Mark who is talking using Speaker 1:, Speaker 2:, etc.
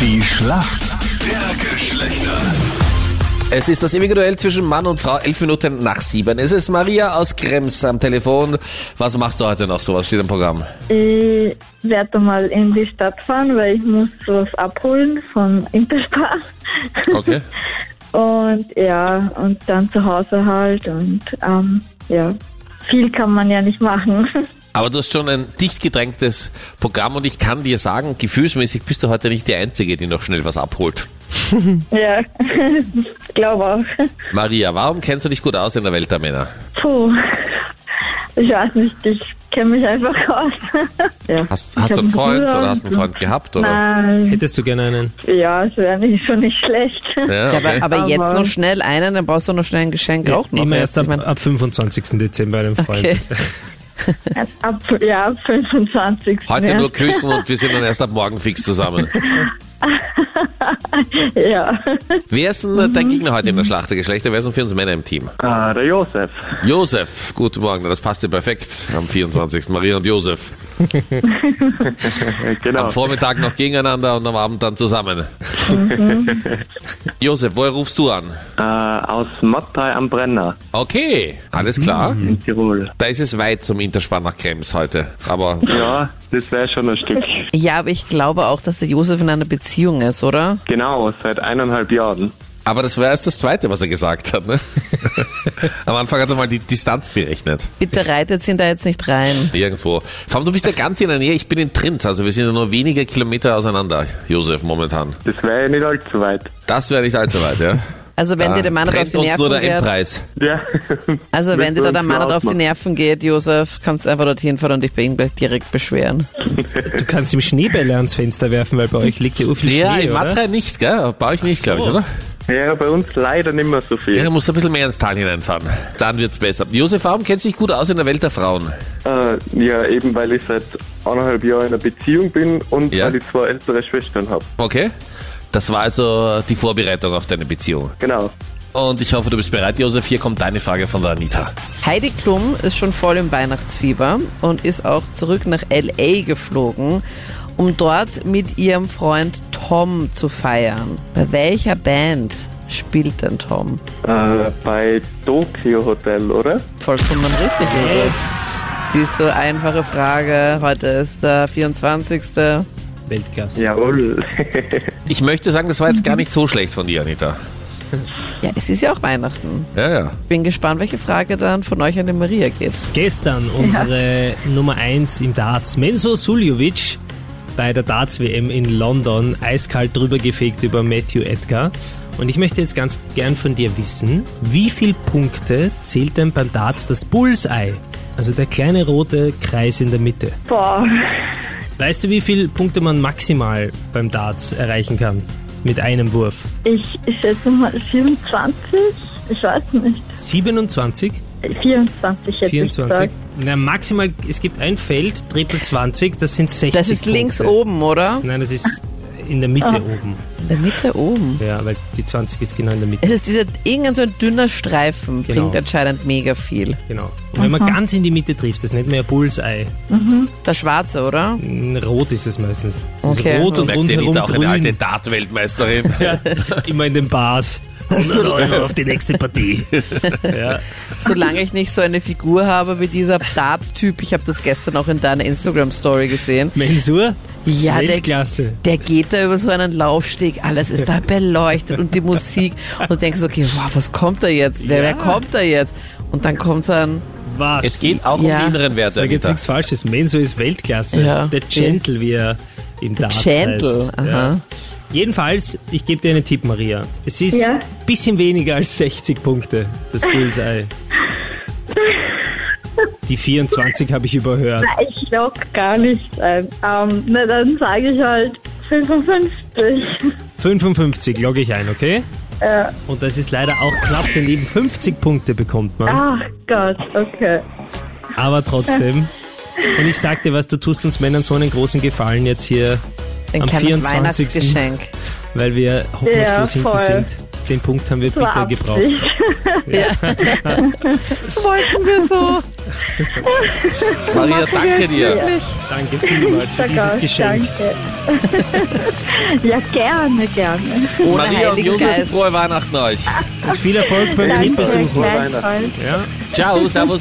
Speaker 1: Die Schlacht der Geschlechter.
Speaker 2: Es ist das Individuell zwischen Mann und Frau, elf Minuten nach sieben. Es ist Maria aus Krems am Telefon. Was machst du heute noch so? Was steht im Programm?
Speaker 3: Ich werde mal in die Stadt fahren, weil ich muss was abholen von Interspar.
Speaker 2: Okay.
Speaker 3: Und ja, und dann zu Hause halt und ähm, ja, viel kann man ja nicht machen.
Speaker 2: Aber du hast schon ein dicht gedrängtes Programm und ich kann dir sagen, gefühlsmäßig bist du heute nicht die Einzige, die noch schnell was abholt.
Speaker 3: ja, glaube auch.
Speaker 2: Maria, warum kennst du dich gut aus in der Welt der Männer?
Speaker 3: Puh, ich weiß nicht, ich kenne mich einfach aus. ja.
Speaker 2: Hast, hast
Speaker 3: Ich hab
Speaker 2: du einen Freund
Speaker 3: Bruder
Speaker 2: oder hast du einen
Speaker 3: und-
Speaker 2: Freund gehabt? Oder?
Speaker 3: Nein,
Speaker 4: Hättest du gerne einen?
Speaker 3: ja, es wäre nicht, schon nicht schlecht.
Speaker 2: Ja,
Speaker 5: Ja,
Speaker 2: okay.
Speaker 5: aber, aber
Speaker 3: Aber-
Speaker 5: jetzt noch schnell einen, dann brauchst du noch schnell ein Geschenk auch noch.
Speaker 4: Immer
Speaker 5: jetzt.
Speaker 4: erst ab,
Speaker 5: Ich mein,
Speaker 4: ab 25. Dezember einen Freund.
Speaker 5: okay.
Speaker 3: Ab, ja, ab 25.
Speaker 2: Heute
Speaker 3: ja.
Speaker 2: nur küssen und wir sind dann erst ab morgen fix zusammen.
Speaker 3: Ja.
Speaker 2: Wer ist denn äh, dein Gegner heute in der Schlacht der Geschlechter? Wer ist denn für uns Männer im Team?
Speaker 6: Ah, der Josef.
Speaker 2: Josef, guten Morgen, das passt dir perfekt am 24. Maria und Josef.
Speaker 6: Äh, Genau.
Speaker 2: Am Vormittag noch gegeneinander und am Abend dann zusammen. Josef, woher rufst du an?
Speaker 6: Äh, aus Mattei am Brenner
Speaker 2: Okay, alles klar.
Speaker 6: in Tirol.
Speaker 2: Da ist es weit zum Interspann nach Krems heute. Aber
Speaker 6: Ja, das wäre schon ein Stück.
Speaker 5: Ja, aber ich glaube auch, dass der Josef in einer Beziehung ist, oder?
Speaker 6: Genau, seit eineinhalb Jahren.
Speaker 2: Aber das war erst das Zweite, was er gesagt hat. Ne? Am Anfang hat er mal die Distanz berechnet.
Speaker 5: Bitte reitet ihn da jetzt nicht rein.
Speaker 2: Irgendwo. Vor allem, du bist ja ganz in der Nähe. Ich bin in Trinz. Also wir sind ja nur wenige Kilometer auseinander, Josef, momentan.
Speaker 6: Das wäre ja nicht allzu weit.
Speaker 2: Das wäre nicht allzu weit, ja?
Speaker 5: Also wenn
Speaker 2: Da
Speaker 5: dir der Mann auf
Speaker 2: trennt
Speaker 5: die
Speaker 2: uns
Speaker 5: Nerven
Speaker 2: nur der
Speaker 5: geht.
Speaker 2: Endpreis.
Speaker 6: Ja.
Speaker 5: Also wenn
Speaker 6: Müssen
Speaker 5: dir
Speaker 6: wir
Speaker 5: da der
Speaker 6: uns
Speaker 5: Mann
Speaker 6: klar
Speaker 5: auf die
Speaker 6: ausmachen.
Speaker 5: Nerven geht, Josef, kannst du einfach dorthin fahren und dich bei ihm gleich direkt beschweren.
Speaker 4: Du kannst ihm Schneebälle ans Fenster werfen, weil bei euch liegt ja urviel
Speaker 2: Ja,
Speaker 4: Schnee,
Speaker 2: in
Speaker 4: oder?
Speaker 2: Matra nicht, gell? Bei euch nicht, glaube ich, oder?
Speaker 6: Ja, bei uns leider nicht mehr so
Speaker 2: Ja,
Speaker 6: viel.
Speaker 2: da musst du ein bisschen mehr ins Tal hineinfahren. Dann wird's besser. Josef, warum kennt sich gut aus in der Welt der Frauen?
Speaker 6: Äh, ja, eben weil ich seit eineinhalb Jahren in einer Beziehung bin und
Speaker 2: Ja.
Speaker 6: weil ich zwei ältere Schwestern habe.
Speaker 2: Okay? Das war also die Vorbereitung auf deine Beziehung.
Speaker 6: Genau.
Speaker 2: Und ich hoffe, du bist bereit, Josef. Hier kommt deine Frage von der Anita.
Speaker 5: Heidi Klum ist schon voll im Weihnachtsfieber und ist auch zurück nach LA geflogen, um dort mit ihrem Freund Tom zu feiern. Bei welcher Band spielt denn Tom?
Speaker 6: Äh, bei Tokyo Hotel, oder?
Speaker 5: Vollkommen richtig, Josef. Siehst du, einfache Frage. Heute ist der 24.
Speaker 4: Weltklasse.
Speaker 6: Jawohl.
Speaker 2: Ich möchte sagen, das war jetzt gar nicht so schlecht von dir, Anita.
Speaker 5: Ja, es ist ja auch Weihnachten.
Speaker 2: Ja, ja.
Speaker 5: Bin gespannt, welche Frage dann von euch an die Maria geht.
Speaker 4: Gestern unsere Nummer 1 im Darts, Menzo Suljovic, bei der Darts-WM in London eiskalt drüber gefegt über Matthew Edgar. Und ich möchte jetzt ganz gern von dir wissen, wie viele Punkte zählt denn beim Darts das Bullseye? Also der kleine rote Kreis in der Mitte.
Speaker 3: Boah,
Speaker 4: Weißt du, wie viele Punkte man maximal beim Darts erreichen kann? Mit einem Wurf.
Speaker 3: ich schätze mal 24. Ich weiß nicht.
Speaker 4: 27,
Speaker 3: 24 hätte ich
Speaker 4: 24.
Speaker 3: gesagt.
Speaker 4: Na, maximal, es gibt ein Feld, Triple 20, das sind 60
Speaker 5: Das ist
Speaker 4: Punkte.
Speaker 5: links oben, Ah. oder?
Speaker 4: Nein, das ist in der Mitte oben.
Speaker 5: In der Mitte oben.
Speaker 4: Ja, weil die 20 ist genau in der Mitte.
Speaker 5: Es ist dieser, irgendein so ein dünner Streifen,
Speaker 4: Genau.
Speaker 5: bringt anscheinend mega viel.
Speaker 4: Genau. Und wenn man ganz in die Mitte trifft, das nennt man ja Bullseye.
Speaker 5: Der schwarze, oder?
Speaker 4: Rot ist es meistens. Es
Speaker 5: Okay.
Speaker 4: ist rot und
Speaker 2: Merkst du,
Speaker 4: rundherum
Speaker 2: Anita, auch eine alte
Speaker 4: grün.
Speaker 2: Dart-Weltmeisterin.
Speaker 4: Immer in den Bars. 100 Euro auf die nächste Partie. ja.
Speaker 5: Solange ich nicht so eine Figur habe wie dieser Dart-Typ, ich habe das gestern auch in deiner Instagram-Story gesehen.
Speaker 4: Mensur?
Speaker 5: Ja, der-
Speaker 4: Weltklasse.
Speaker 5: Der geht da über so einen Laufsteg, alles ist da beleuchtet und die Musik. Und du denkst, okay, wow, was kommt da jetzt? Wer, wer
Speaker 4: Ja.
Speaker 5: kommt da jetzt? Und dann kommt so ein,
Speaker 4: Was?
Speaker 2: Es geht auch um
Speaker 5: Ja.
Speaker 2: die inneren Werte,
Speaker 4: Da gibt
Speaker 2: Anita.
Speaker 4: nichts Falsches. Menzo ist Weltklasse.
Speaker 5: Ja.
Speaker 4: Der Gentle, wie er im Darts
Speaker 5: Gentle,
Speaker 4: heißt.
Speaker 5: aha.
Speaker 4: Ja. Jedenfalls, ich gebe dir einen Tipp, Maria. Es ist
Speaker 3: Ja.
Speaker 4: ein bisschen weniger als 60 Punkte, das Bullseye. Die 24 habe ich überhört.
Speaker 3: Ich log gar nicht ein. Ähm, na, dann sage ich halt 55.
Speaker 4: 55 logge ich ein, okay?
Speaker 3: Ja.
Speaker 4: Und das ist leider auch knapp, denn eben 50 Punkte bekommt man.
Speaker 3: Ach Gott, okay.
Speaker 4: Aber trotzdem. Und ich sag dir was, du tust uns Männern so einen großen Gefallen jetzt hier,
Speaker 5: ein
Speaker 4: Am
Speaker 5: kleines
Speaker 4: 24.
Speaker 5: Weihnachtsgeschenk.
Speaker 4: weil wir hoffnungslos
Speaker 3: Ja,
Speaker 4: hinten
Speaker 3: voll.
Speaker 4: sind. Den Punkt haben wir
Speaker 3: Das war
Speaker 4: bitter gebraucht.
Speaker 3: Absicht.
Speaker 5: Das wollten wir so.
Speaker 2: Maria, danke dir.
Speaker 5: Wirklich.
Speaker 4: Danke vielmals für dieses
Speaker 3: Danke.
Speaker 4: Geschenk.
Speaker 3: Danke. ja, gerne, gerne.
Speaker 5: Ohne
Speaker 2: Maria und
Speaker 5: Heiligen
Speaker 2: Josef,
Speaker 5: Geist.
Speaker 2: frohe Weihnachten euch.
Speaker 4: Und viel Erfolg beim
Speaker 3: Danke,
Speaker 4: Kniebesuch.
Speaker 3: gleichfalls.
Speaker 4: Ja.
Speaker 2: Ciao, servus.